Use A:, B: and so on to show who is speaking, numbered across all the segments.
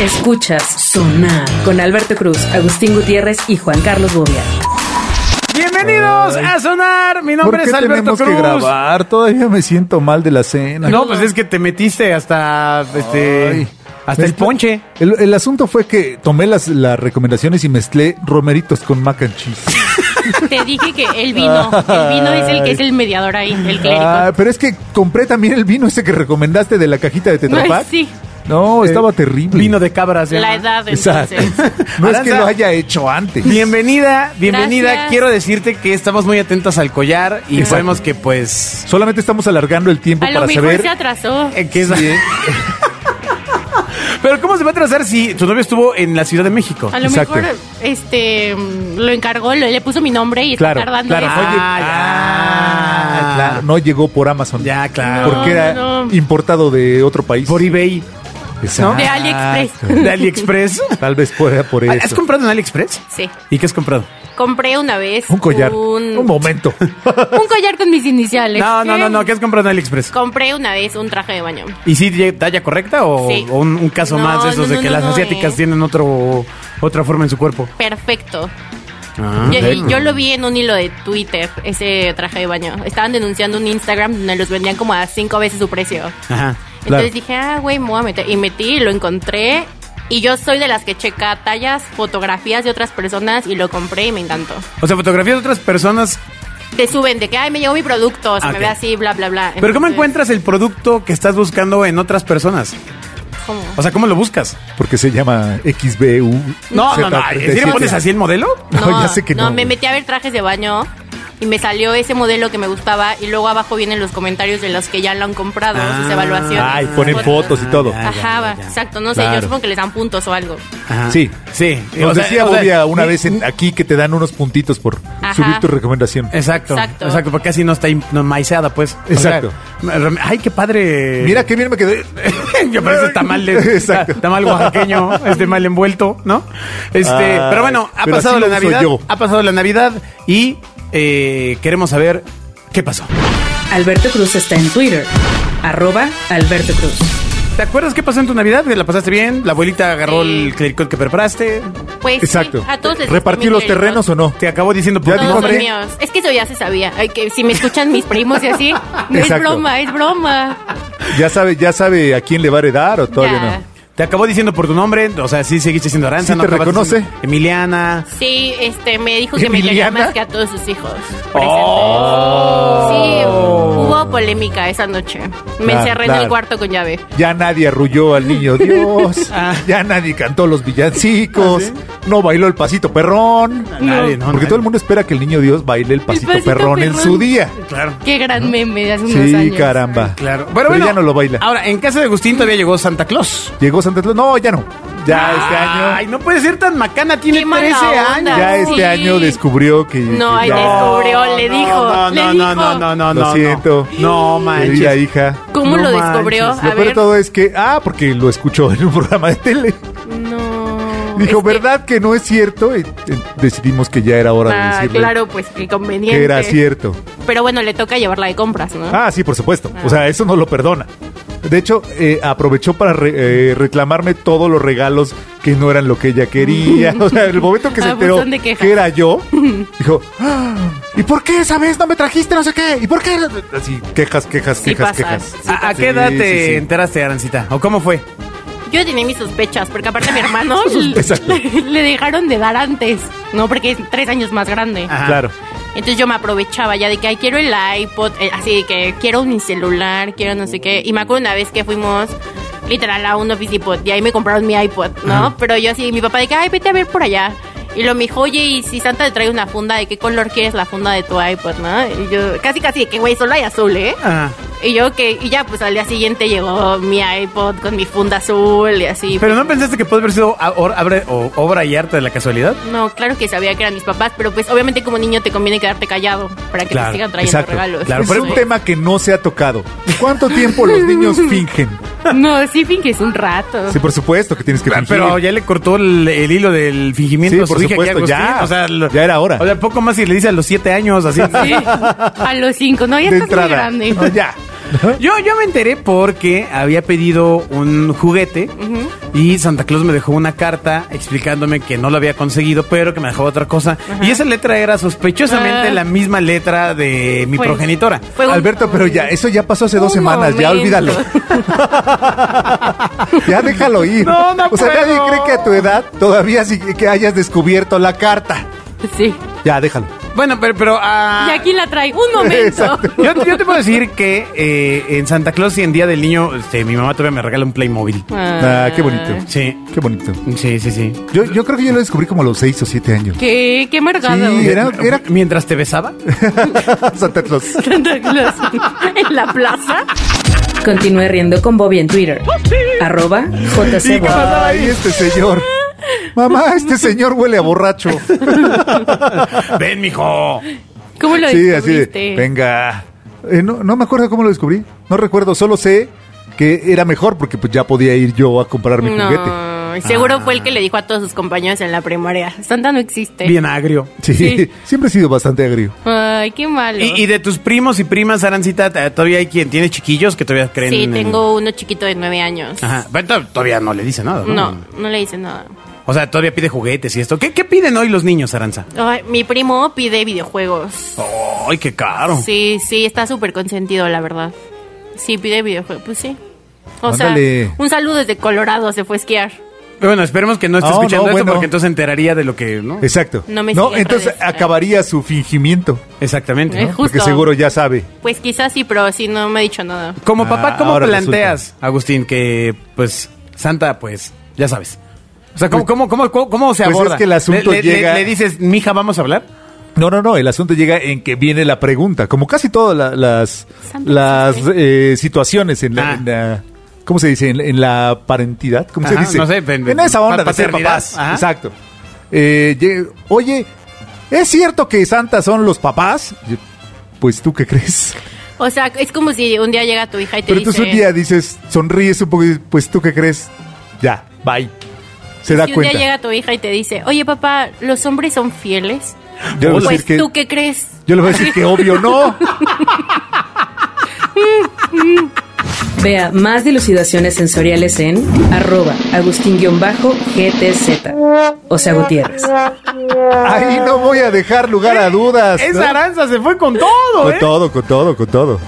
A: Escuchas Sonar con Alberto Cruz, Agustín Gutiérrez y Juan Carlos Bobia.
B: Bienvenidos a Sonar. Mi
C: ¿Por
B: nombre
C: qué
B: es Alberto
C: tenemos
B: Cruz.
C: que grabar? Todavía me siento mal de la cena.
B: No, pues es que te metiste hasta este
C: Ay.
B: hasta el
C: Mezcla-
B: ponche.
C: El, el asunto fue que tomé las, las recomendaciones y mezclé romeritos con mac and cheese.
D: Te dije que el vino, el vino es el que es el mediador ahí, el clérigo.
C: Ah, pero es que compré también el vino ese que recomendaste de la cajita de Tetra
D: Ay,
C: Pak.
D: sí.
C: No, estaba terrible.
B: Eh, Vino de cabras.
D: La edad,
C: Exacto.
D: entonces.
C: No es que
B: Aranza.
C: lo haya hecho antes.
B: Bienvenida, bienvenida.
D: Gracias.
B: Quiero decirte que estamos muy atentos al collar y
C: Exacto.
B: sabemos que pues
C: Solamente estamos alargando el tiempo
D: A lo
C: para
D: mejor
C: saber.
D: se atrasó.
B: eh, que es- Pero cómo se va a trazar si tu novio estuvo en la Ciudad de México.
D: A lo
C: Exacto.
D: mejor este mm, lo encargó, lo- le puso mi nombre y
C: Claro,
D: está tardando.
C: claro,
D: en-
C: fue oye,
B: Ah,
C: Ah,
B: ya.
C: claro, no llegó por Amazon.
B: Ya, claro.
C: Porque
D: No,
C: era
D: no, no.
C: importado de otro país.
B: Por eBay,
C: Exacto.
D: De AliExpress.
B: de AliExpress.
C: Tal vez fuera por eso.
B: ¿Has comprado en AliExpress?
D: Sí.
B: ¿Y qué has comprado?
D: Compré una vez
C: Un collar.
D: un,
C: Un momento.
D: un collar con mis iniciales.
B: No, no,
D: ¿Qué?
B: no, no. ¿Qué has comprado en AliExpress?
D: Compré una vez un traje de baño.
B: ¿Y si lle- talla correcta o,
D: Sí.
B: o un, un caso
D: No,
B: más de esos
D: no,
B: de
D: no,
B: que
D: no,
B: las
D: no,
B: asiáticas
D: eh.
B: tienen otro otra forma en su cuerpo? Ah,
D: Perfecto. Yo, y yo lo vi en un hilo de Twitter, ese traje de baño. Estaban denunciando un Instagram donde los vendían como a cinco veces su precio.
B: Ajá.
C: Claro.
D: Entonces dije, ah, güey, me voy a meter. Y metí, lo encontré. Y yo soy de las que checa tallas, fotografías de otras personas y lo compré y me encantó.
B: O sea, fotografías de otras personas.
D: Te suben de que, ay, me llegó mi producto, se
B: Ah,
D: me
B: ok.
D: ve así, bla, bla, bla.
B: Pero ¿cómo
D: Entonces,
B: encuentras el producto que estás buscando en otras personas?
D: ¿cómo?
B: O sea, ¿cómo lo buscas?
C: Porque se llama XBU.
B: No, no, no. ¿En serio pones así el modelo?
C: No, ya sé que no.
D: me metí a ver trajes de baño y me salió ese modelo que me gustaba y luego abajo vienen los comentarios de los que ya lo han comprado,
B: Ah,
D: sus evaluaciones.
C: Ay,
D: sus
C: ponen fotos y todo.
B: Ah, ya,
D: Ajá,
B: ya,
D: va,
B: ya.
D: exacto, no sé,
C: Claro.
D: yo supongo que les dan puntos o algo.
B: Ajá.
C: Sí.
B: Sí.
C: Nos
B: O sea,
C: decía
B: o sea,
C: Bobia una
B: ni-
C: vez en- aquí que te dan unos puntitos por
D: Ajá.
C: subir tu recomendación.
B: Exacto, exacto.
D: Exacto.
B: porque así no está im- no, maiseada, pues. O
C: Exacto.
B: sea, ay, qué padre.
C: Mira qué bien me quedé.
B: Yo parece tamal de,
C: Exacto.
B: tamal oaxaqueño, este mal envuelto, ¿no? Este,
C: Ay,
B: pero bueno, ha
C: Ah, pero
B: pasado
C: así
B: la
C: lo uso
B: Navidad,
C: yo.
B: ha pasado la Navidad y eh, queremos saber qué pasó.
A: Alberto Cruz está en Twitter, arroba Alberto Cruz.
B: ¿Te acuerdas qué pasó en tu Navidad? ¿La pasaste bien? ¿La abuelita agarró
D: Sí.
B: el clericot que preparaste?
D: Pues sí,
C: Exacto.
D: a todos les
C: ¿Repartir
D: gustó mi
C: los
D: clericot.
C: terrenos o no?
B: Te acabó diciendo por
C: Ya
B: tu
D: Todos
C: Ah, dijo
D: son
B: nombre.
D: míos. Es que eso ya se sabía. Ay, que si me escuchan mis primos y así, no es
C: Exacto.
D: broma, es broma.
C: Ya sabe, ya sabe a quién le va a heredar o todavía
D: Ya.
C: no.
B: Te acabó diciendo por tu nombre, o sea, sí seguiste siendo Aranza.
C: Sí te
B: acabaste
C: reconoce.
B: siendo Emiliana.
D: Sí, este, me dijo que me quería
C: ¿Emiliana?
D: más que a todos sus hijos. Sí,
B: Oh.
D: hubo polémica esa noche. Me
C: Claro,
D: encerré en
C: claro.
D: el cuarto con llave.
C: Ya nadie arrulló al niño Dios.
B: Ah.
C: Ya nadie cantó los villancicos. No bailó el pasito perrón.
B: Nadie, no,
C: Porque
B: nadie.
C: todo el mundo espera que el niño Dios baile el pasito,
D: pasito
C: perrón, en
D: perrón.
C: su día.
B: Claro.
D: Qué gran meme de hace unos
C: Sí,
D: años.
C: caramba.
B: Claro. Bueno,
C: Pero
B: bueno.
C: ya no lo baila.
B: Ahora, en casa de Agustín todavía llegó Santa Claus.
C: Llegó Santa Claus. No, ya no. Ya este
B: Ah, Ay, no
C: año.
B: puede ser tan macana, tiene
D: Qué mala
B: 13
D: onda.
B: años.
C: Ya este
D: sí.
C: año descubrió que.
D: No,
C: que
D: ay,
C: ya-
D: descubrió, le dijo,
B: No, no,
D: le
B: no,
D: dijo.
B: no, no, no,
C: Lo
B: no.
C: siento.
B: No manches.
C: Querida hija.
D: ¿Cómo
B: No
D: lo descubrió?
B: manches,
D: A
C: Lo peor de
D: ver.
C: todo es que. Ah, porque lo escuchó en un programa de tele.
D: No.
C: Dijo,
D: es que-
C: ¿verdad que no es cierto? Y, eh, decidimos que ya era hora de
D: Ah,
C: decirle
D: claro, pues qué conveniente.
C: que era cierto.
D: Pero bueno, le toca llevarla de compras, ¿no?
C: Ah, sí, por supuesto. O sea, eso no lo perdona. De hecho, eh, aprovechó para re- eh, reclamarme todos los regalos que no eran lo que ella quería. O sea, el momento que se
D: Ah,
C: enteró
D: buzón de quejas.
C: que era yo, dijo, "Ah, ¿y por qué esa vez no me trajiste no sé qué? ¿Y por qué? Así, quejas, quejas,
D: Sí
C: quejas,
D: pasa,
C: quejas.
D: sí
B: ¿A, a qué edad
C: Sí,
B: te
C: sí, sí.
B: enteraste, Arancita? ¿O cómo fue?
D: Yo tenía mis sospechas, porque aparte a mi hermano
C: Exacto.
D: le, le dejaron de dar antes, ¿no? Porque es tres años más grande.
B: Ajá.
C: Claro.
D: Entonces yo me aprovechaba ya de que, ay, quiero el iPod, eh, así de que quiero mi celular, quiero no sé qué. Y me acuerdo una vez que fuimos literal a un Office Depot y ahí me compraron mi iPod, ¿no? Pero yo así, mi papá de que, ay, vete a ver por allá. Y lo me dijo, oye, y si Santa te trae una funda, ¿de qué color quieres la funda de tu iPod, no? Y yo, casi, casi, de que, güey, solo hay azul, ¿eh?
B: Ajá.
D: Y yo, que, y ya, pues al día siguiente llegó mi iPod con mi funda azul y así. Pues,
B: ¿Pero no pensaste que puede haber sido a- or- abre- o- obra y arte de la casualidad?
D: No, claro que sabía que eran mis papás, pero pues obviamente como niño te conviene quedarte callado para que
B: Claro,
D: te sigan trayendo regalos.
B: claro,
C: es
B: pero-
C: un tema que no se ha tocado. ¿Cuánto tiempo los niños fingen?
D: No, sí que es un rato.
C: Sí, por supuesto que tienes que fingir.
B: Pero ya le cortó el, el hilo del fingimiento
C: Sí,
B: a su
C: por
B: hija,
C: supuesto,
B: que
C: ya.
B: O sea, lo-
C: Ya era hora.
B: O sea, poco más si le dice a los siete años, así.
D: Sí, a los cinco, no, ya
C: de
D: estás muy
C: entrada.
D: grande.
C: No, ya.
B: Yo, yo me enteré porque había pedido un juguete y Santa Claus me dejó una carta explicándome que no lo había conseguido, pero que me dejó otra cosa. Y esa letra era sospechosamente
D: Ah.
B: la misma letra de mi
D: Pues,
B: progenitora.
D: fue un-
C: Alberto, pero ya, eso ya pasó hace dos
D: Un
C: semanas, ya
D: momento.
C: olvídalo. ya déjalo ir.
B: No, no
C: o sea, nadie
B: puedo.
C: cree que a tu edad todavía sí que hayas descubierto la carta.
D: Sí.
C: Ya, déjalo.
B: Bueno, pero, pero ah,
D: Y aquí la trae. Un momento.
C: Exacto.
B: yo, yo te puedo decir que eh, en Santa Claus y en Día del Niño, este, mi mamá todavía me regala un Playmobil.
C: Ah, qué bonito.
B: Sí,
C: Qué bonito.
B: sí, sí, sí.
C: Yo, yo creo que yo lo descubrí como a los seis o siete años.
D: Qué, qué mercado.
C: Sí, era- era-
B: Mientras te besaba.
C: Santa Claus.
D: Santa Claus. en la plaza.
A: Continúe riendo con Bobby en Twitter. Arroba
B: ¿Y qué
A: JC Bobby.
B: pasaba
C: Ay,
B: ahí?
C: este señor. Mamá, este señor huele a borracho.
B: Ven, mijo.
D: ¿Cómo lo
C: Sí, así de,
D: descubriste?
C: venga. Eh, no, no me acuerdo cómo lo descubrí. No recuerdo, solo sé que era mejor porque pues, ya podía ir yo a comprar mi juguete.
D: No, Ah. y seguro fue el que le dijo a todos sus compañeros en la primaria. Santa no existe.
B: Bien agrio.
C: Sí,
D: Sí.
C: siempre he sido bastante agrio.
D: Ay, qué malo.
B: Y, y de tus primos y primas, Arancita, t- todavía hay quien tiene chiquillos que todavía creen.
D: sí,
B: en-
D: tengo uno chiquito de nueve años.
B: Ajá. Pero to- todavía no le dice nada, ¿no?
D: No, no le hice nada.
B: O sea, todavía pide juguetes y esto. ¿Qué, qué piden hoy los niños, Aranza?
D: Ay, mi primo pide
C: Oh,
D: videojuegos.
B: ¡Ay, qué caro!
D: Sí, sí, está súper consentido, la verdad. Sí, pide videojuegos, pues sí. O
C: Ándale.
D: sea, un saludo desde Colorado, se fue a esquiar.
B: Bueno, esperemos que no esté
C: Oh, No,
B: escuchando
C: no,
B: esto
C: bueno.
B: porque entonces se enteraría de lo que, ¿no?
C: Exacto.
D: No me sigue
C: entonces
D: redes, claro.
C: acabaría su fingimiento.
B: Exactamente.
D: Eh,
B: ¿no?
D: ju-
C: Porque
D: Justo.
C: seguro ya sabe.
D: Pues quizás sí, pero sí, no me ha dicho nada.
B: Como
C: Ah,
B: papá, ¿cómo
C: ahora
B: planteas, Agustín, que pues Santa, pues, ya sabes? O sea, ¿cómo, cómo, cómo, cómo, cómo se
C: Pues es
B: aborda?
C: que el asunto
B: Le- le-
C: llega-
B: le- le dices, mija, vamos a hablar?
C: No, no, no. El asunto llega en que viene la pregunta. Como casi todas la- las,
D: Santa
C: las
D: existe.
C: eh, situaciones en la,
B: Ah.
C: en la- ¿Cómo se dice? En, en la parentidad. ¿Cómo se
B: Ajá,
C: dice?
B: no sé, en-
C: en esa onda de ser
B: paternidad.
C: papás.
B: Ajá.
C: Exacto. Eh, lle- Oye, ¿es cierto que Santa son los papás? Yo, Pues tú qué crees.
D: O sea, es como si un día llega tu hija y te
C: Pero
D: dice...
C: entonces un día dices, sonríes un poco y dices, pues tú qué crees. Ya, bye. Se da
D: si un día
C: cuenta.
D: llega tu hija y te dice, oye papá, ¿los hombres son fieles?
C: Yo le voy a
D: Pues
C: decir que,
D: tú qué crees.
C: yo le voy a decir que obvio no.
A: Vea más dilucidaciones sensoriales en arroba Agustín-GTZ. O sea, Gutiérrez.
C: Ahí no voy a dejar lugar a dudas.
B: Esa
C: ¿no?
B: Aranza se fue con todo,
C: Con
B: ¿eh?
C: todo, con todo, con todo.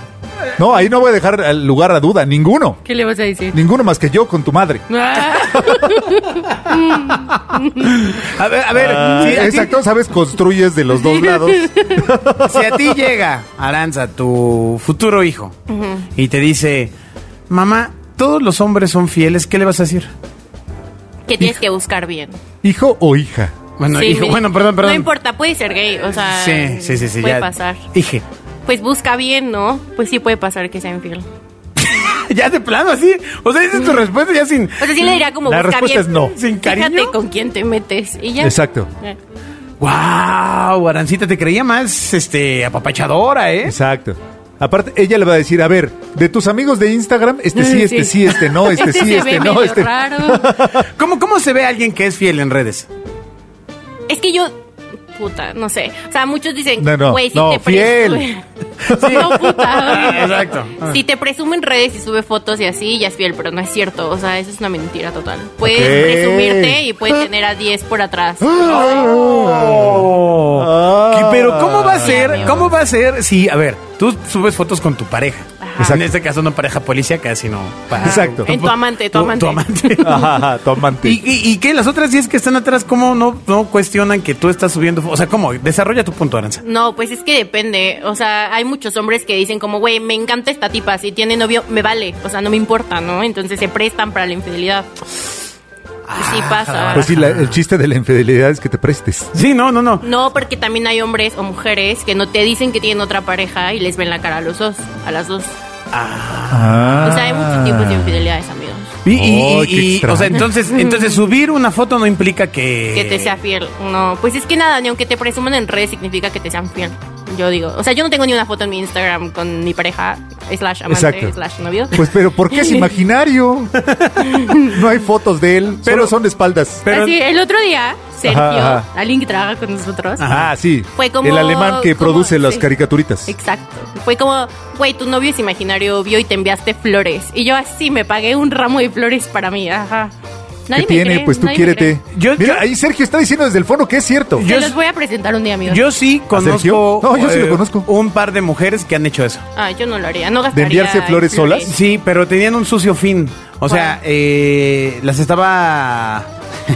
C: No, ahí no voy a dejar eh, lugar a duda, ninguno.
D: ¿Qué le vas a decir?
C: Ninguno más que yo con tu madre.
B: A ver, a ver,
C: Ah,
B: si, a ti,
C: exacto, sabes, construyes de los dos lados.
B: si a ti llega Aranza, tu futuro hijo, y te dice, mamá, todos los hombres son fieles, ¿qué le vas a decir?
D: que tienes que buscar bien.
C: Hijo o hija.
B: Bueno,
D: Sí,
B: hijo,
D: mi-
B: bueno, perdón, perdón.
D: No importa, puede ser gay, o sea,
B: Sí, sí, sí, sí.
D: puede
B: ya.
D: pasar.
B: Hije.
D: Pues busca bien, ¿no? Pues sí puede pasar que sea infiel.
B: "Ah, Ya de plano, así. O sea, esa es tu respuesta ya sin.
D: O sea, sí le diría como
C: La
D: busca
C: respuesta
D: bien.
C: es no.
B: ¿Sin
D: Fíjate
B: cariño?
D: con quién te metes y ya. ¿Eh?
C: Exacto.
D: Ya.
B: ¡Wow! Arancita te creía más este apapachadora, ¿eh?
C: Exacto. Aparte, ella le va a decir, a ver, de tus amigos de Instagram, este sí,
D: Sí.
C: este sí, este no, este
D: Este
C: sí,
D: se
C: este
D: ve
C: no,
D: medio
C: este...
D: raro.
B: ¿Cómo, ¿Cómo se ve alguien que es fiel en redes?
D: Es que yo puta, no sé. O sea, muchos dicen,
C: No, no,
D: güey, si
C: no,
D: te
C: fiel.
D: presume. No, puta.
B: Exacto.
D: Si te presume en redes y sube fotos y así, ya es fiel, pero no es cierto. O sea, eso es una mentira total. Puedes
C: Ok.
D: presumirte y puedes tener a 10 por atrás.
B: Oh.
C: Ah.
B: ¿Qué- Pero ¿cómo va a ser?
D: amigo.
B: ¿Cómo va a ser si, a ver, tú subes fotos con tu pareja?
C: Exacto.
B: En este caso no pareja policíaca, sino para-
C: Exacto.
D: En tu amante, tu amante.
B: Tu amante.
C: Ajá, tu amante.
B: ¿Y, y, y qué? Las otras 10 que están atrás, ¿cómo no, no cuestionan que tú estás subiendo? fo- O sea, ¿cómo? Desarrolla tu punto, Aranza.
D: No, pues es que depende. O sea, hay muchos hombres que dicen como, güey, me encanta esta tipa. Si tiene novio, me vale. O sea, no me importa, ¿no? Entonces se prestan para la infidelidad. Y sí pasa.
C: Pues sí, la- el chiste de la infidelidad es que te prestes.
B: Sí, no, no, no.
D: No, porque también hay hombres o mujeres que no te dicen que tienen otra pareja y les ven la cara a los dos, a las dos.
B: Ah.
D: O sea, hay muchos tipos de
C: Ah.
D: infidelidades, amigos.
B: Y, y-
C: Oh,
B: y-
C: qué
B: y-
C: extraño.
B: o sea, entonces, entonces subir una foto no implica que...
D: Que te sea fiel. No, pues es que nada, ni aunque te presuman en redes significa que te sean fiel. Yo digo, o sea, yo no tengo ni una foto en mi Instagram con mi pareja, slash amante,
C: Exacto.
D: slash novio.
C: Pues pero ¿por qué es imaginario? No hay fotos de él, pero
B: Pero-
C: son espaldas.
B: Pero-
D: Así, el otro día Sergio,
C: Ajá, ajá.
D: alguien que trabaja con nosotros.
C: Ah, sí.
D: Fue como-
C: el alemán que
D: como-
C: produce las
D: sí.
C: caricaturitas.
D: Exacto. Fue como, güey, tu novio es imaginario, vio y te enviaste flores. Y yo así me pagué un ramo de flores para mí. Ajá.
C: ¿Qué
D: Nadie me
C: tiene?
D: cree,
C: pues tú
D: nadie me
C: quiérete.
D: cree.
B: Yo-
C: Mira,
B: yo-
C: ahí Sergio está diciendo desde el fondo que es cierto.
B: Yo-
D: Se los voy a presentar un día, amigos.
B: Yo sí conozco. eh,
C: Sergio? No, yo sí lo conozco.
B: Un par de mujeres que han hecho eso.
D: Ah, yo no lo haría. No
C: ¿De
D: gastaría.
C: enviarse
D: en
C: flores solas?
B: Sí, pero tenían un sucio fin. O sea,
D: ¿Cuál?
B: eh, las estaba.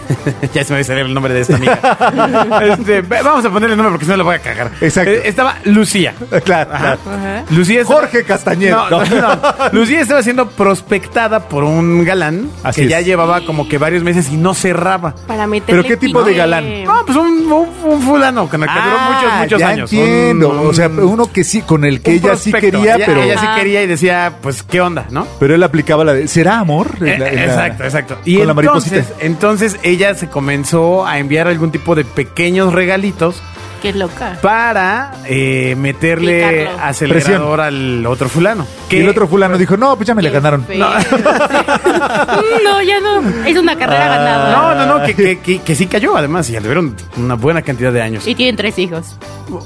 B: ya se me salió el nombre de esta amiga. Este, ve- vamos a ponerle el nombre porque si no lo voy a cagar.
C: Exacto.
B: Eh, estaba Lucía.
C: Claro, claro.
D: Ajá.
B: Lucía estaba-
C: Jorge Castañeda.
B: No, no, no. Lucía estaba siendo prospectada por un galán
C: Así
B: que
C: es.
B: ya llevaba como que varios meses y no cerraba.
D: Para meterle Mm,
C: ¿Pero qué tipo de
D: pique.
C: galán?
B: No, pues un, un, un fulano con el que duró muchos, muchos
C: Ah, ya
B: años.
C: Entiendo.
B: Un-
C: O sea, uno que sí, con el que
B: un
C: ella sí
B: prospecto.
C: quería,
B: Ella-
C: pero.
B: Ella sí
D: Ajá.
B: quería y decía, pues, ¿qué onda, no?
C: Pero él aplicaba la de. ¿Será amor? En
B: Eh,
C: la- en la-
B: exacto, exacto. Y
C: con la mariposita.
B: entonces, entonces ella se comenzó a enviar algún tipo de pequeños regalitos
D: Qué loca.
B: para eh, meterle
D: Picarlo.
B: acelerador al otro fulano.
C: Y el otro fulano dijo, no, pues ya me la
D: Qué
C: ganaron.
D: feo. Mm, no, ya no. Es una carrera
C: Ah.
D: ganada.
B: No, no, no, que, que, que- que sí cayó además y ya tuvieron una buena cantidad de años.
D: Y tienen tres hijos.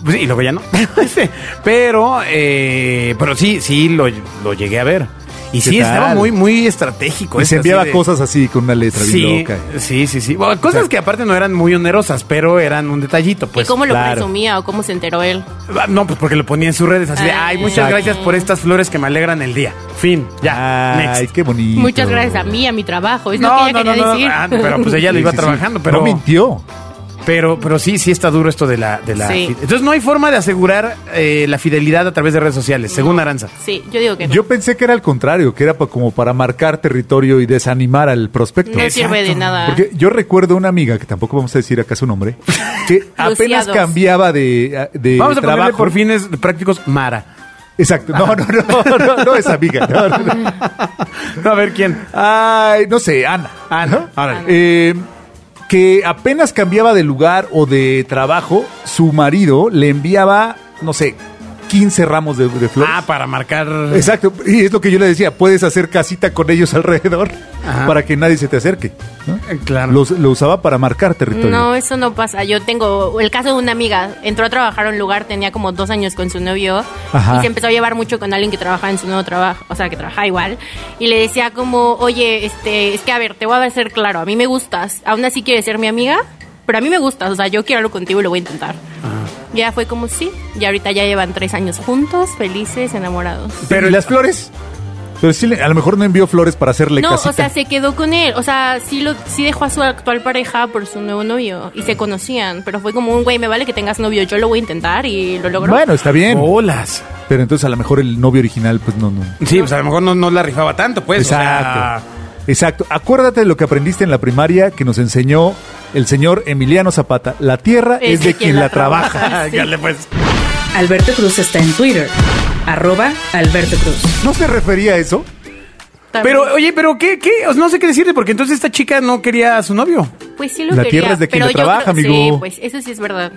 B: Pues sí, y luego ya no. Sí, pero, eh, pero sí, sí lo, lo llegué a ver. Y sí,
C: ¿Qué tal?
B: estaba muy, muy estratégico.
C: Y
B: es
C: se
B: así
C: enviaba
B: de-
C: cosas así con una letra bien
B: Sí,
C: loca.
B: sí, sí, sí. Bueno, cosas que aparte no eran muy onerosas, pero eran un detallito, pues.
D: ¿Y cómo lo
C: claro.
D: presumía o cómo se enteró él?
B: Ah, No, pues porque lo ponía en sus redes así de,
D: Ah.
B: ay, muchas
D: Exacto.
B: gracias por estas flores que me alegran el día. Fin, ya,
C: Ay,
B: next.
C: qué bonito.
D: Muchas gracias a mí, a mi trabajo. Es lo Pues que
B: No, no,
D: ella
B: no,
D: quería
B: no,
D: decir.
B: ah, pero pues ella lo
C: Sí,
B: iba
C: sí, sí.
B: trabajando, pero,
C: No mintió.
B: pero, pero sí, sí está duro esto de la, de la.
D: Sí.
B: Entonces no hay forma de asegurar eh, la fidelidad a través de redes sociales, según Aranza.
D: Sí, yo digo que no.
C: Yo pensé que era al contrario, que era pa- como para marcar territorio y desanimar al prospecto.
D: no sirve de nada.
C: Porque yo recuerdo una amiga, que tampoco vamos a decir acá su nombre, que apenas
D: dos.
C: cambiaba de, de
B: Vamos a
C: trabajo.
B: ponerle por fines prácticos Mara.
C: Exacto. No, no, no, no, no es amiga. No, no, no.
B: A ver quién. Ah,
C: Ay, no sé, Ana.
B: Ana,
C: ¿No?
B: órale.
C: Eh, que apenas cambiaba de lugar o de trabajo, su marido le enviaba, no sé, 15 ramos de, de flores.
B: Ah, para marcar.
C: Exacto, y es lo que yo le decía, puedes hacer casita con ellos alrededor
B: Ajá.
C: para que nadie se te acerque. ¿no?
B: Eh, Claro.
C: Los- Lo, usaba para marcar territorio.
D: No, eso no pasa. Yo tengo el caso de una amiga. Entró a trabajar a un lugar, tenía como dos años con su novio
C: Ajá.
D: y se empezó a llevar mucho con alguien que trabajaba en su nuevo trabajo, o sea, que trabajaba igual. Y le decía como, oye, este, es que a ver, te voy a ser claro, a mí me gustas. Aún así quieres ser mi amiga, pero a mí me gustas. O sea, yo quiero algo contigo y lo voy a intentar. Ya fue como sí. Y ahorita ya llevan tres años juntos, felices, enamorados.
C: Pero ¿y las flores. Pero sí, le- a lo mejor no envió flores para hacerle
D: No,
C: casita.
D: o sea, se quedó con él. O sea, sí, lo, sí dejó a su actual pareja por su nuevo novio. Y se conocían. Pero fue como un güey, me vale que tengas novio. Yo lo voy a intentar y lo logró.
C: Bueno, está bien.
B: Bolas.
C: Pero entonces a lo mejor el novio original, pues no, no.
B: Sí, pues a lo mejor no, no la rifaba tanto, pues. o sea,
C: Exacto. Exacto. Acuérdate de lo que aprendiste en la primaria que nos enseñó el señor Emiliano Zapata. La tierra es, de, quien, la trabaja.
D: Sí.
B: Ándale, pues.
A: Alberto Cruz está en Twitter. Arroba Alberto Cruz.
C: ¿No se refería a eso?
B: Pero, oye, pero ¿qué? qué? O sea, No sé qué decirle, porque entonces esta chica no quería a su novio.
D: pues sí lo
C: eh, La
D: quería,
C: tierra es de quien
D: pero
C: la
D: yo
C: trabaja,
D: creo-
C: amigo.
D: Sí, pues eso sí es verdad.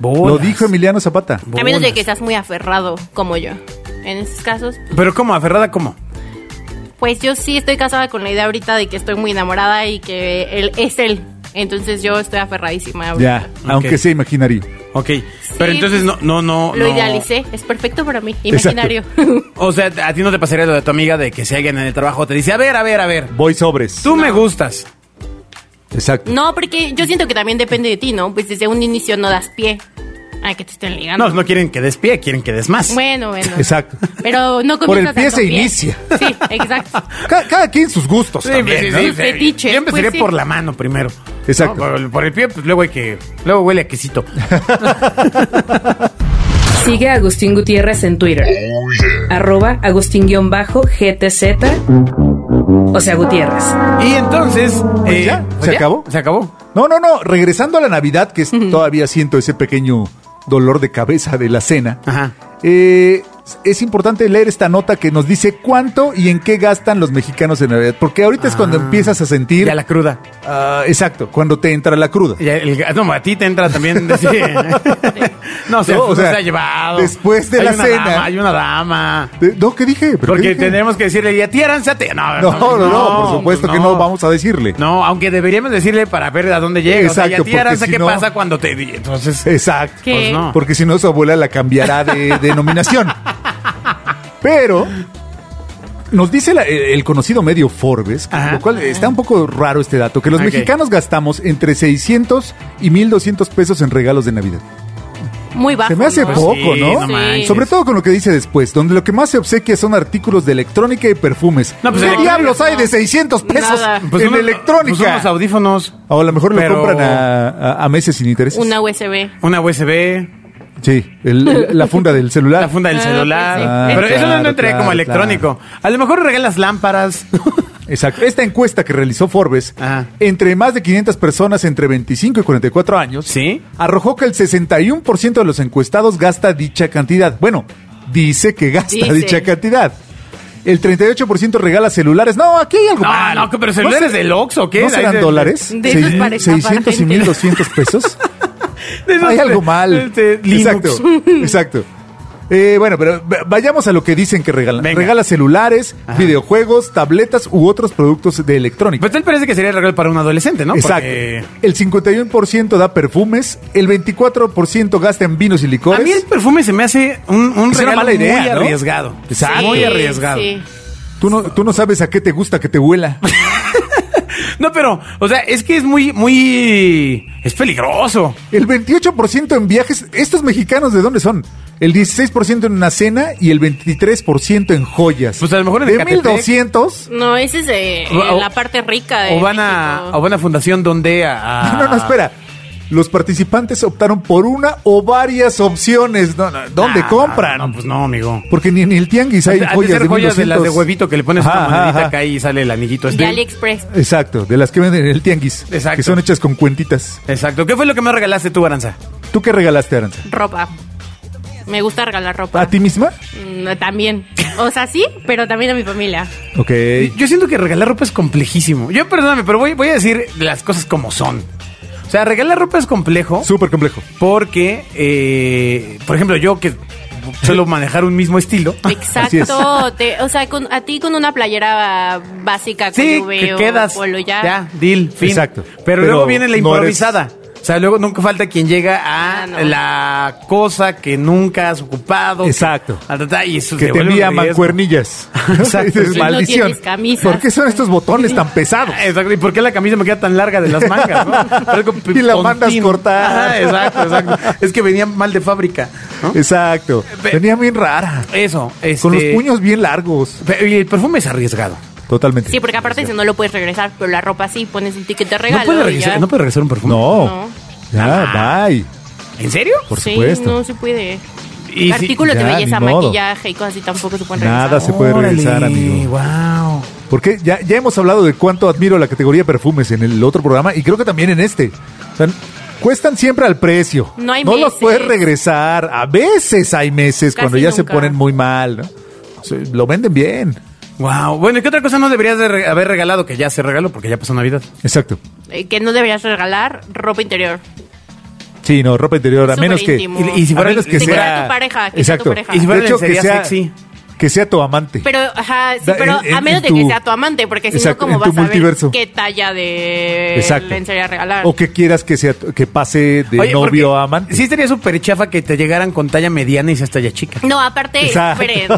C: Lo
B: Bolas.
C: dijo Emiliano Zapata.
D: A menos de
B: Bolas.
D: que seas muy aferrado como yo. En esos casos,
B: Pero ¿cómo? ¿Aferrada cómo?
D: pues yo sí estoy casada con la idea ahorita de que estoy muy enamorada y que él es él. Entonces yo estoy aferradísima. ahorita.
C: Ya, aunque sea imaginario.
B: Ok. pero entonces no,
D: pues,
B: no, no.
D: Lo
B: no.
D: idealicé, es perfecto para mí,
C: Exacto.
D: imaginario.
B: O sea, a ti no te pasaría lo de tu amiga de que si alguien en el trabajo te dice, a ver, a ver, a ver,
C: Voy sobres.
B: tú me gustas.
C: Exacto.
D: No, porque yo siento que también depende de ti, ¿no? Pues desde un inicio no das pie a que te estén ligando.
B: No, no quieren que des pie, quieren que des más.
D: Bueno, bueno.
C: Exacto.
D: Pero no
C: Por el
D: comienzas
C: pie
D: dando
C: se inicia.
D: Sí, exacto.
C: Ca- Cada, quien sus gustos
D: pues,
B: Sí, pues,
C: también,
B: sí,
C: ¿no?
B: sí,
D: Sus
B: sí.
D: fetiches,
B: Yo empezaría
D: pues, sí.
B: por la mano primero.
C: Exacto.
B: ¿No? Por, por el pie, pues luego hay que. Luego huele a quesito.
A: Sigue a Agustín Gutiérrez en Twitter. Arroba Agustín-GTZ. O sea, Gutiérrez.
B: Y entonces.
C: Pues
B: eh,
C: ya, ¿se acabó?
B: Se acabó.
C: No, no, no. Regresando a la Navidad, que es- todavía siento ese pequeño dolor de cabeza de la cena.
B: Ajá.
C: eh, es importante leer esta nota que nos dice cuánto y en qué gastan los mexicanos en Navidad. Porque ahorita es cuando
B: Ah.
C: empiezas a sentir.
B: Ya la cruda.
C: Ah, exacto, cuando te entra la cruda.
B: Ya el ga- no, a ti te entra también. sí. No, o sea,
C: No, o
B: no
C: sea,
B: se ha llevado.
C: después de
B: Hay
C: la
B: una
C: cena.
B: dama, hay una dama.
C: De- Eh, no, ¿qué dije? ¿Pero qué
B: Porque
C: dije?
B: tendremos que decirle, y a ti aránzate. No, pues
C: No, no, no, por supuesto que no vamos a decirle.
B: No, aunque deberíamos decirle para ver a dónde llega. o sea, y
C: Exacto,
B: a ti
C: porque
B: aranza,
C: si
B: ¿qué
C: no-
B: pasa cuando te di? Pues, Entonces,
C: Exacto.
D: ¿Qué?
B: pues no.
C: Porque si no, su abuela la cambiará de denominación. Pero nos dice la- el el conocido medio Forbes, que-
B: Ajá.
C: lo cual está un poco raro este dato, que los
B: Ok.
C: mexicanos gastamos entre 600 y 1200 pesos en regalos de Navidad.
D: Muy bajo.
C: Se me hace
D: ¿no?
C: poco,
B: Sí,
C: ¿no?
B: no
D: manches.
C: Sobre todo con lo que dice después, donde lo que más se obsequia son artículos de electrónica y perfumes.
B: No, pues
C: ¿Qué
B: electrónica
C: diablos hay de
D: no.
C: 600 pesos
D: Nada.
B: Pues
C: en
B: uno-
C: electrónica?
B: pues unos audífonos.
C: o a lo mejor
B: Pero-
C: lo compran a, a- a meses sin intereses.
D: Una USB.
B: Una USB,
C: Sí, el- el- la funda del celular.
B: la funda del
D: Ah,
B: celular.
D: pues sí.
B: Pero eso no
C: claro,
B: lo entraría
C: claro,
B: como electrónico. A lo mejor regalas lámparas.
C: Exacto. Esta encuesta que realizó Forbes,
B: Ajá.
C: entre más de 500 personas entre 25 y 44 años,
B: Sí.
C: arrojó que el 61% de los encuestados gasta dicha cantidad. Bueno, dice que gasta
D: Dice.
C: dicha cantidad. El 38% regala celulares. No, aquí hay algo
B: No,
C: mal.
B: no, pero celulares
C: sé-
B: del Oxxo, ¿qué?
C: ¿No
B: Ahí
C: serán
B: de-
C: dólares?
D: de esos
C: Seis-
D: para estafar
C: 600 y
D: gente.
C: 1200 pesos.
B: De esos
C: Hay algo
B: de-
C: mal.
B: este, Linux.
C: exacto, exacto. Eh, bueno, pero va- vayamos a lo que dicen que regalan.
B: Venga.
C: Regala celulares,
B: Ajá.
C: videojuegos, tabletas u otros productos de electrónica.
B: Pues tal parece que sería el regalo para un adolescente, ¿no?
C: Exacto.
B: Porque-
C: El 51% da perfumes, el 24% gasta en vinos y licores.
B: A mí el perfume se me hace un, un
C: Es una
B: regalo
C: mala idea,
B: muy
C: ¿no?
B: arriesgado.
C: Exacto.
B: Muy
D: Sí,
B: arriesgado.
D: sí.
C: tú, no, tú no sabes a qué te gusta que te huela.
B: No, pero, o sea, es que es muy, muy... Es peligroso.
C: El 28% en viajes. ¿Estos mexicanos de dónde son? El 16% en una cena y el 23% en joyas.
B: Pues a lo mejor en
C: de
B: Ecatepec.
C: 1200.
D: No, ese es eh,
B: O-
D: la parte rica de
B: O van a,
D: México.
B: o van a fundación donde a...
C: No, no, espera. Los participantes optaron por una o varias opciones. No, no, ¿Dónde
B: Ah,
C: compran?
B: No, pues no, amigo.
C: Porque ni en el tianguis hay
B: Antes
C: joyas,
B: de ser
C: de,
B: joyas de las de
C: 1200.
B: huevito que le pones
C: Ajá,
B: una
C: ajá,
B: monedita
C: ajá.
B: acá y sale el anillito. este.
D: De AliExpress.
C: Exacto, de las que venden en el tianguis.
B: Exacto.
C: Que son hechas con cuentitas.
B: Exacto. ¿Qué fue lo que me regalaste tú, Aranza?
C: ¿Tú qué regalaste, Aranza?
D: Ropa. Me gusta regalar ropa.
C: ¿A ti misma?
B: Ah.
D: Mm, también. O sea, sí, pero también a mi familia.
C: Ok.
B: Yo siento que regalar ropa es complejísimo. Yo, perdóname, pero voy, voy a decir las cosas como son. O sea, regalar ropa es complejo.
C: Súper complejo.
B: Porque, eh, por ejemplo, yo que suelo manejar un mismo estilo.
C: Así es.
D: Exacto. te- o sea, con, a ti con una playera básica
B: Sí,
D: cuello
B: que
D: veo,
B: quedas.
D: polo, ya.
B: deal, fin.
C: Exacto.
B: Pero,
C: Pero
B: luego viene la
C: no eres-
B: improvisada. O sea, luego nunca falta quien llega a
D: Ah, no.
B: la cosa que nunca has ocupado.
C: Exacto.
B: que- Ah, ta, ta, y eso
C: Que
B: te
C: te
B: vuelve un
C: envía
B: riesgo.
C: mancuernillas.
B: Exacto.
C: Dices,
B: Y no
C: Maldición.
D: tienes camisas".
C: ¿Por qué son estos botones tan pesados?
B: Ah, Exacto, ¿y por qué la camisa me queda tan larga de las mangas? no? Algo
C: Y la mandas
B: tontín.
C: cortar.
B: Ajá, exacto, exacto. Es que venía mal de fábrica. ¿no?
C: Exacto.
B: Pe-
C: Venía bien rara.
B: Eso, este...
C: Con los puños bien largos.
B: Pe- Y el perfume es arriesgado.
C: Totalmente.
D: Sí, porque aparte ese no lo puedes regresar, pero la ropa sí, pones un ticket de regalo.
B: No puede,
D: y ya.
B: regresar, no puede regresar un perfume.
C: No.
D: No.
C: Ya, bye.
B: ¿En serio?
C: Por
D: sí,
C: supuesto.
D: no se puede.
B: Y si-
D: Artículos
C: ya,
D: de
C: ni
D: belleza,
C: modo.
D: maquillaje y cosas así tampoco se pueden regresar.
C: Nada se puede regresar, amigo.
B: Wow.
C: Porque ya, ya hemos hablado de cuánto admiro la categoría perfumes en el otro programa y creo que también en este. O sea, cuestan siempre al precio.
D: No hay
C: los
D: meses.
C: puedes regresar. A veces hay meses
D: Casi
C: cuando ya se
D: nunca.
C: ponen muy mal. ¿no? O sea, lo venden bien.
B: Wow. Bueno, ¿y qué otra cosa no deberías de re- haber regalado? Que ya se regaló porque ya pasó Navidad.
C: Exacto.
D: Eh, que no deberías regalar ropa interior.
C: Sí, no, ropa interior, a
D: Súper
C: menos que.
D: íntimo.
B: y- y si
C: a
B: fuera-
C: menos que
B: si fuera
C: sea.
D: tu pareja, que sea
C: Exacto.
D: tu pareja. Y si
B: fuera
C: de hecho, que
B: lencería
C: sea,
B: sexy.
C: que sea tu amante.
D: Pero, ajá, sí,
C: Da-
D: pero
C: en- en-
D: a menos
C: en
D: de
C: tu-
D: que sea tu amante, porque si no,
C: Exacto,
D: ¿cómo
C: en
D: vas a
C: tu multiverso.
D: ver qué talla de lencería regalar?
C: O que quieras que sea que pase de
B: Oye, porque
C: novio a amante.
B: Sí, sería súper chafa que te llegaran con talla mediana y seas talla chica.
D: No, aparte,
C: Exacto.
D: esperen.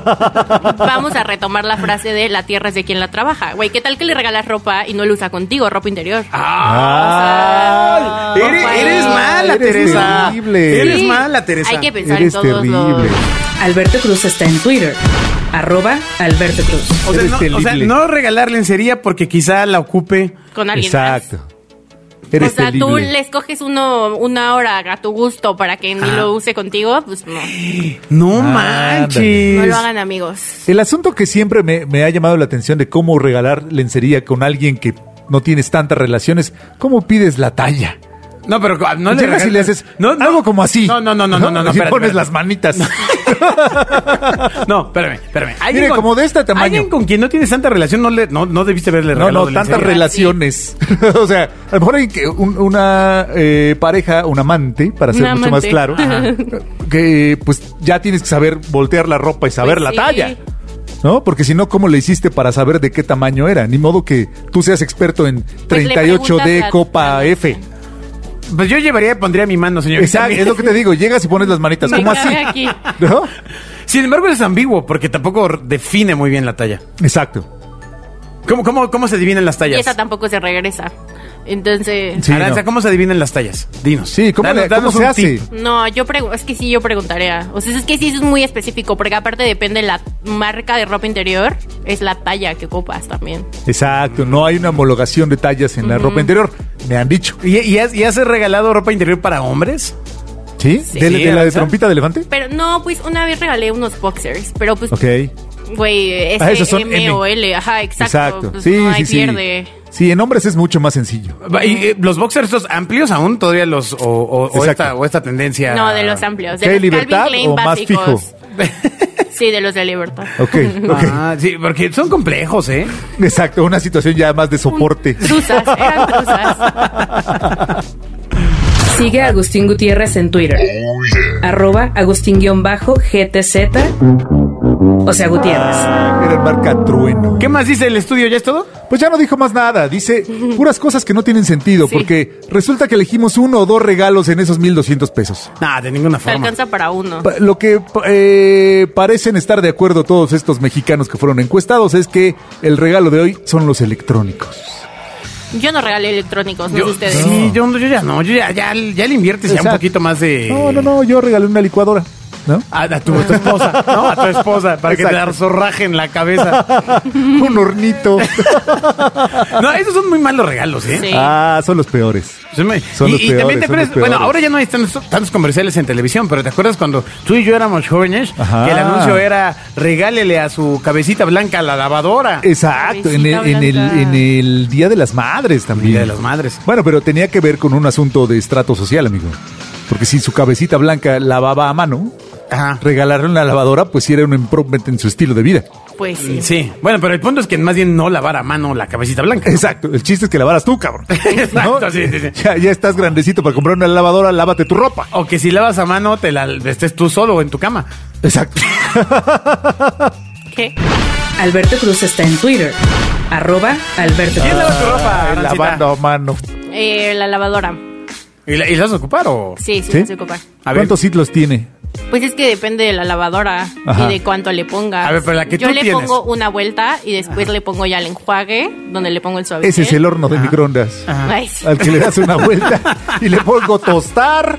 D: Vamos a retomar la frase de la tierra es de quien la trabaja. Güey, ¿qué tal que le regalas ropa y no lo usa contigo, ropa interior?
C: Ah,
D: O sea,
B: eres,
D: ropa
B: eres
D: interior.
B: mala,
C: Eres
B: Teresa.
C: terrible.
B: Eres
D: Sí,
B: mala, Teresa.
D: Hay que pensar
C: Eres
D: en todos
C: terrible.
D: los...
A: Alberto Cruz está en Twitter. Arroba Alberto Cruz.
B: o, sea,
C: eres
B: no, o sea,
C: terrible.
B: no regalar lencería porque quizá la ocupe.
D: con alguien
C: Exacto.
D: más.
C: Eres
D: o sea, Pues tú
C: terrible.
D: le escoges uno, una hora a tu gusto para que ni
B: Ah.
D: lo use contigo, pues no.
B: No
C: Ándale.
B: manches.
D: No lo hagan amigos.
C: El asunto que siempre me, me ha llamado la atención de cómo regalar lencería con alguien que no tienes tantas relaciones, ¿cómo pides la talla?
B: No, pero ah, no
C: Llegas
B: le
C: y le haces algo como así.
B: No, no, no, no, no, no. no,
C: Y
B: espérate,
C: pones
B: espérate.
C: las manitas.
B: No, espérame, espérame. Alguien
C: "Ah". Mire, como de este tamaño.
B: Alguien con quien no tienes tanta relación no le, no, no debiste haberle
C: No,
B: regalado
C: no,
B: el
C: tantas
B: enseñanza.
C: relaciones. o sea, a lo mejor hay que un- una eh, pareja, un amante, para ser
D: Un
C: mucho más
D: amante.
C: claro,
D: Ajá.
C: que pues ya tienes que saber voltear la ropa y saber
D: Pues
C: la
D: sí.
C: talla. ¿No? Porque si no, ¿cómo le hiciste para saber de qué tamaño era? Ni modo que tú seas experto en
D: Pues le
C: 38D
D: preguntas a-
C: Copa F.
B: Pues yo llevaría y pondría mi mano, señor.
C: Exacto, es lo que te digo. Llegas y pones las manitas.
D: Me
C: ¿Cómo así?
D: cabe aquí.
C: ¿No?
B: Sin embargo, es ambiguo porque tampoco define muy bien la talla.
C: Exacto.
B: ¿Cómo, cómo, cómo se adivinan las
D: Y
B: tallas?
D: esa tampoco se regresa. Entonces,
C: Sí,
B: Aranza,
C: no.
B: ¿cómo se adivinan las tallas? Dinos.
C: Sí, ¿cómo,
B: Danos-
C: le- cómo
B: danos
C: se
B: un
C: hace?
B: tip.
D: no, yo pregu- es que sí, yo preguntaría. O sea, es que sí es muy específico, porque aparte depende de la marca de ropa interior, es la talla que ocupas también.
C: Exacto, no hay una homologación de tallas en la ropa interior. Me han dicho.
B: ¿Y, y has, y has regalado ropa interior para hombres?
C: ¿Sí? ¿De, de la de
B: ¿Aranza?
C: trompita de elefante?
D: Pero no, pues una vez regalé unos boxers, pero pues,
C: Ok.
D: güey, es
C: Ah, esos son
D: M, o L, ajá, exacto.
C: Exacto.
D: Pues,
C: sí,
D: no,
C: sí,
D: ahí
C: sí.
D: pierde.
C: Sí, en hombres es mucho más sencillo.
B: ¿Y, eh, ¿Los boxers estos amplios aún todavía los... o, o- o
C: Exacto.
B: esta, o esta tendencia...
D: No, de los amplios. De
C: ¿Qué
D: los
C: libertad
D: Calvin Klein
C: o más fijo?
D: básicos. Sí, de los de libertad.
C: Ok, ok.
B: Ah, sí, porque son complejos, ¿eh?
C: Exacto, una situación ya más de soporte.
D: Truzas, eran truzas.
A: Sigue a Agustín Gutiérrez en Twitter. Arroba Agustín-GTZ. O sea, Gutiérrez.
C: Era el marca trueno.
B: ¿Qué más dice el estudio? ¿Ya es todo?
C: Pues ya no dijo más nada, dice puras cosas que no tienen sentido,
D: Sí.
C: porque resulta que elegimos uno o dos regalos en esos 1.200 pesos.
B: Nah, de ninguna
D: Te
B: forma.
D: alcanza para uno.
C: Pa- Lo que pa- eh, parecen estar de acuerdo todos estos mexicanos que fueron encuestados es que el regalo de hoy son los electrónicos.
D: Yo no regalé electrónicos, no sé ustedes.
B: sí, yo, yo ya no, yo ya, ya, ya le inviertes ya un
C: Exacto.
B: poquito más de...
C: No, no, no, yo regalé una licuadora, ¿no?
B: A, a tu, a tu esposa, ¿no? A tu esposa, para que te
C: Exacto.
B: arzorraje en la cabeza.
C: Un hornito.
B: No, esos son muy malos regalos, ¿eh?
D: Sí.
C: Ah, son los peores.
B: Se Pues, me-
C: Son
B: y,
C: los
B: y
C: peores,
B: también te
C: son
B: acuerdas-
C: los peores.
B: bueno, ahora ya no hay tantos, tantos comerciales en televisión, pero ¿te acuerdas cuando tú y yo éramos jóvenes?
C: Ajá.
B: Que el anuncio era regálele a su cabecita blanca la lavadora.
C: Exacto, en el,
D: Cabecita
C: en, el,
D: blanca.
C: en el Día de las Madres también.
B: Día de las Madres.
C: Bueno, pero tenía que ver con un asunto de estrato social, amigo. Porque si su cabecita blanca lavaba a mano,
B: Ajá.
C: regalarle una lavadora, pues sí era un improvement en su estilo de vida.
D: Pues sí.
B: Sí. Bueno, pero el punto es que más bien no lavar a mano la cabecita blanca.
C: Exacto, el chiste es que lavaras tú, cabrón.
B: Exacto, sí, sí, sí.
C: Ya, ya estás grandecito para comprar una lavadora, lávate tu ropa.
B: O que si lavas a mano, te la estés tú solo en tu cama.
C: Exacto.
D: ¿Qué?
A: Alberto Cruz está en Twitter. Arroba Alberto
B: ¿Quién
A: Cruz.
B: lava tu ropa?
C: Ay,
B: Arancita?
C: lavando a mano.
D: Eh, la lavadora.
B: ¿Y, la, y la vas a ocupar o?
D: Sí, sí,
C: ¿Sí?
D: no se ocupa.
B: A ver.
C: ¿Cuántos ciclos tiene?
D: Pues es que depende de la lavadora
C: Ajá.
D: y de cuánto le pongas.
B: A ver, pero la que
D: Yo
B: tú
D: le
B: tienes.
D: pongo una vuelta y después le pongo ya el enjuague, donde le pongo el suave. ¿eh?
C: Ese es el horno
B: Ah.
C: de microondas.
D: Ay, sí.
C: Al que le das una vuelta y le pongo tostar.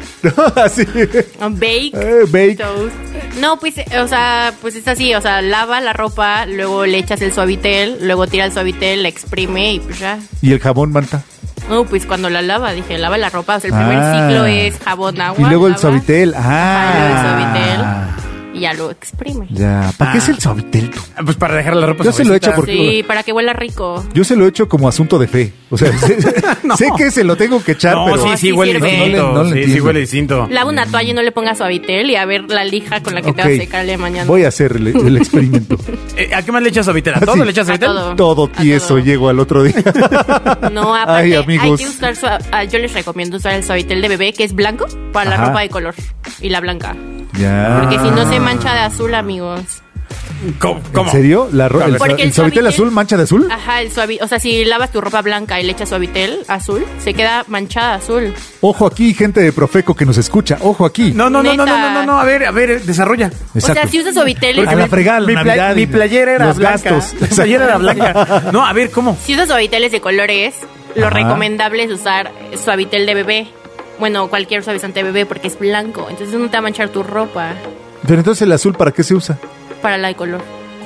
C: Así.
D: Bake.
C: Eh, bake.
D: Toast. No, pues, eh, o sea, pues es así, o sea, lava la ropa, luego le echas el suavitel, luego tira el suavitel, la exprime y pues ya.
C: ¿Y el jabón, manta?
D: No, pues cuando la lava, dije, lava la ropa, o sea, el
C: Ah.
D: primer ciclo es jabón, agua.
C: Y luego el
D: lava,
C: suavitel.
D: ajá, y luego
C: Ah.
D: el suavitel y ya lo exprime.
C: Ya. ¿Para qué es el suavitel? tú?
B: Ah, Pues para dejar la ropa
C: Yo se lo he hecho
B: suavecita.
C: porque-
D: Sí, para que huela rico.
C: Yo se lo he hecho como asunto de fe. O sea, sé,
B: No.
C: sé que se lo tengo que echar,
B: No,
C: pero.
B: sí, sí,
D: Así
B: huele
D: sirve.
B: distinto.
C: No le- no le
B: sí, sí,
C: entiendo.
B: huele distinto.
D: Lava una toalla y no le pongas suavitel y a ver la lija con la que te
C: Ok.
D: vas a secar el día de mañana.
C: Voy a hacer el, el experimento.
B: Eh, ¿A qué más le echas suavitel? ¿A
C: Ah,
B: todo
C: sí.
B: le echas
D: A
B: suavitel?
D: todo.
C: Todo
D: A
C: tieso
D: todo.
C: llego al otro día.
D: No, aparte
C: Ay, amigos.
D: hay que usar sua- ah, yo les recomiendo usar el suavitel de bebé que es blanco para
C: Ajá. Ah.
D: la ropa de color y la blanca,
C: Ya.
D: porque si no se mancha de azul, amigos.
B: ¿Cómo?
C: ¿En serio? La, ro-
B: A
C: el,
B: ver.
C: sua-
D: Porque
C: el
D: el
C: suavitel
D: suavitel- Ah.
C: azul mancha de azul?
D: Ajá, el suavi, o sea, si lavas tu ropa blanca y le echas suavitel azul, se queda manchada azul.
C: Ojo aquí, gente de Profeco que nos escucha. Ojo aquí.
B: No, no, no, no, no, no, no,
D: Neta.
B: no, a ver, a ver, desarrolla.
D: O sea, si usas suavitel,
C: Porque A la
B: mi-
C: fregada,
B: mi,
C: Navidad
B: play-
C: y
B: mi playera era
C: los
B: blanca.
C: gastos.
B: Mi playera era blanca. No, a ver, ¿cómo?
D: si usas suaviteles de colores, lo
C: Ajá.
D: recomendable es usar suavitel de bebé. Bueno, cualquier suavizante de bebé porque es blanco, entonces no te va a manchar tu ropa
C: Pero entonces el azul, ¿para qué se usa?
D: para la de color.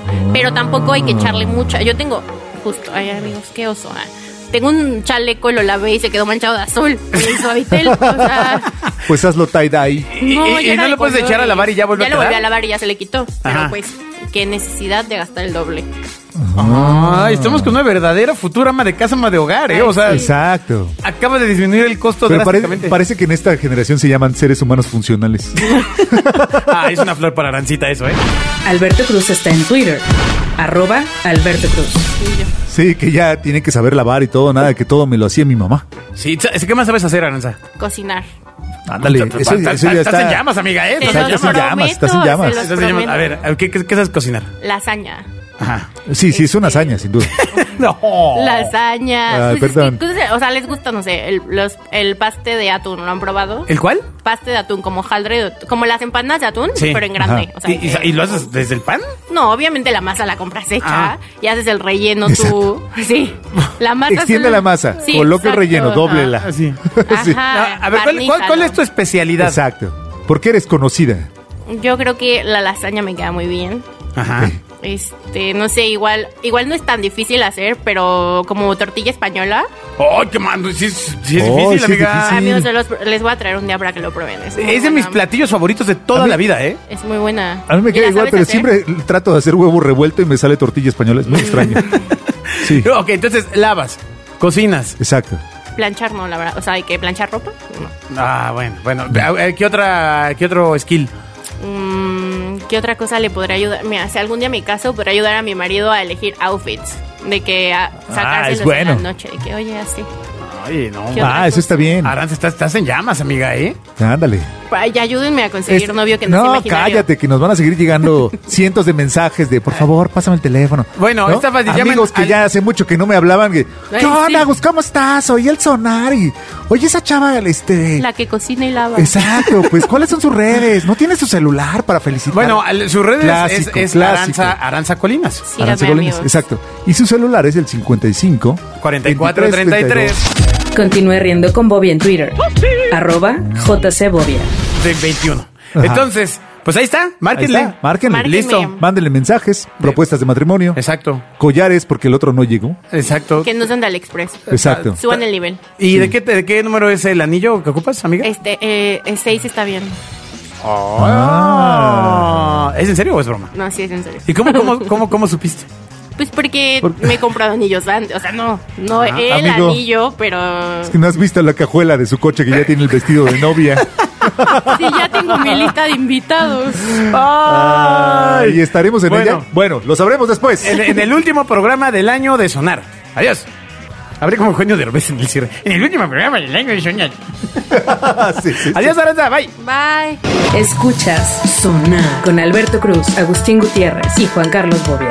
B: Ah.
D: Pero tampoco hay que echarle mucha. Yo tengo, justo, ay amigos, qué oso. ah. Tengo un chaleco y lo lavé y se quedó manchado de azul. Y el suavitel, o sea.
C: Pues hazlo tie-dye.
B: Y- y-
D: ya
B: y
D: era
B: no
D: de
B: lo puedes
D: colores.
B: echar a lavar y ya vuelve a
D: Ya lo volví
B: quedar.
D: a lavar y ya se le quitó.
B: Ajá.
D: Pero pues, qué necesidad de gastar el doble.
B: Ay, estamos con una verdadera futura ama de casa, ama de hogar, ¿eh? O sea,
C: Exacto.
B: acaba de disminuir el costo
C: Pero pare-
B: drásticamente.
C: parece que en esta generación se llaman seres humanos funcionales.
B: Ah, es una flor para arancita eso, ¿eh?
A: Alberto Cruz está en Twitter. Arroba Alberto Cruz.
C: Sí, que ya tiene que saber lavar y todo, nada, que todo me lo hacía mi mamá.
B: Sí, sa- ¿qué más sabes hacer, Aranza?
D: Cocinar.
C: Ándale, eso,
B: Estás-
C: eso ya
B: Estás en
C: está.
B: llamas, amiga, ¿eh?
D: Te
B: Estás en
D: lo
C: estás en
B: llamas.
C: llamas, estás en
D: prometo,
C: llamas.
D: se los
B: Estás en llamas. A ver,
D: prometo.
B: ¿a ¿qué, qué, qué sabes cocinar?
D: Lasaña.
B: Ajá.
C: Sí, sí, es una
D: Este,
C: hazaña, sin duda.
B: No.
D: Lasaña.
C: Ay,
D: Pues es que,
C: perdón.
D: pues, o sea, les gusta, no sé, el, los, el paste de atún. ¿Lo han probado?
B: ¿El cuál?
D: Paste de atún, como hojaldre, de- como las empanadas de atún,
B: Sí,
D: pero en grande.
C: ajá.
D: O sea,
B: ¿Y, y sa- y lo haces desde el pan?
D: No, obviamente la masa la compras hecha
B: Ah.
D: y haces el relleno
C: Exacto.
D: tú. Sí. La masa.
C: Extiende
D: solo-
C: la masa,
D: Sí,
C: coloca el
D: exacto,
C: relleno,
D: ajá.
C: dóblela.
B: Así.
C: Sí.
D: Ajá,
B: a ver, ¿cuál, cuál- cuál es tu especialidad?
C: Exacto. Porque eres conocida.
D: barnízalo. Yo creo que la lasaña me queda muy bien.
B: Ajá.
C: Eh,
D: Este, no sé, igual, igual no es tan difícil hacer, pero como tortilla española,
B: ¡Oh, qué mando! Sí, es- sí es
C: Oh,
B: difícil,
C: sí es
B: amiga.
C: difícil.
D: amigos, se los- les voy a traer un día para que lo prueben. Es, muy
B: Es de mis
D: buena.
B: platillos favoritos de toda
C: A mí-
B: la vida, ¿eh?
D: Es muy buena.
C: A mí me
D: ¿Y
C: queda
D: la
C: igual,
D: sabes
C: pero
D: hacer?
C: siempre trato de hacer huevo revuelto y me sale tortilla española. Es muy extraño. Sí,
B: Ok, entonces lavas, cocinas.
C: exacto.
D: Planchar no, la verdad. O sea, hay que planchar ropa. No.
B: Ah, bueno, bueno. A- a- ¿Qué, otra, ¿Qué otro skill?
D: Mm, ¿Qué otra cosa le podría ayudar? Mira, si algún día me caso, podría ayudar a mi marido a elegir outfits. De que a, sacárselos
C: Ah, es bueno.
D: en la noche. De que, oye, así.
B: Ay, no.
D: ¿Qué otra
C: Ah, eso
D: cosa?
C: está bien.
B: Aranza, estás, estás en llamas, amiga, ¿eh?
C: Ándale.
D: Ay, ayúdenme a conseguir
C: Es-
D: un novio que no, sea imaginario.
C: cállate, que nos van a seguir llegando cientos de mensajes de por favor, pásame el teléfono.
B: Bueno,
C: ¿No?
B: esta fácil, llamen
C: Amigos que
B: al-
C: ya hace mucho que no me hablaban. Que,
D: Ay,
C: ¿Qué onda,
D: sí.
C: Gus? ¿Cómo estás? Oye el sonar y. Oye esa chava, este.
D: La que cocina y lava.
C: Exacto, pues ¿cuáles son sus redes? ¿No tiene su celular para felicitar?
B: Bueno, al- sus redes
C: Clásico,
B: es, es
C: clásico.
B: Aranza, Aranza Colinas.
D: Síganme,
C: Aranza Colinas,
D: amigos.
C: Exacto. Y su celular es el 55
B: 44 33
A: Continúe riendo con Bobby en Twitter. Arroba JC Bobia.
B: del 21.
C: Ajá.
B: Entonces, pues ahí está, márquenle.
C: Ahí está, márquenle.
D: Márquenme.
B: Listo.
C: Mándenle mensajes, propuestas de matrimonio,
B: Exacto,
C: collares porque el otro no llegó.
B: exacto.
D: Que no sean de AliExpress.
C: Exacto.
D: Suban el nivel.
B: ¿Y de, qué, te- de qué número es el anillo que ocupas, amiga?
D: Este, eh, el 6 está bien.
B: Ah. ¿Es en serio o es broma?
D: No, sí, es en serio.
B: ¿Y cómo, cómo, cómo, cómo supiste?
D: Pues porque
C: ¿Por qué? Ah,
D: me he comprado anillos antes. O sea, no, no el
C: amigo.
D: anillo, pero.
C: Es que no has visto la cajuela de su coche que ya tiene el vestido de novia.
D: Sí, ya tengo mi lista de invitados.
C: Ay, ¿Y estaremos en
B: Bueno.
C: ella? Bueno, lo sabremos después.
B: En, en el último programa del año de Sonar. Adiós. Habré como Eugenio Derbez en el cierre. En el último programa del año de Sonar.
C: Ah, Sí, sí, sí.
B: Adiós, Aranza. Bye.
D: Bye.
A: Escuchas Sonar con Alberto Cruz, Agustín Gutiérrez y Juan Carlos Bobia.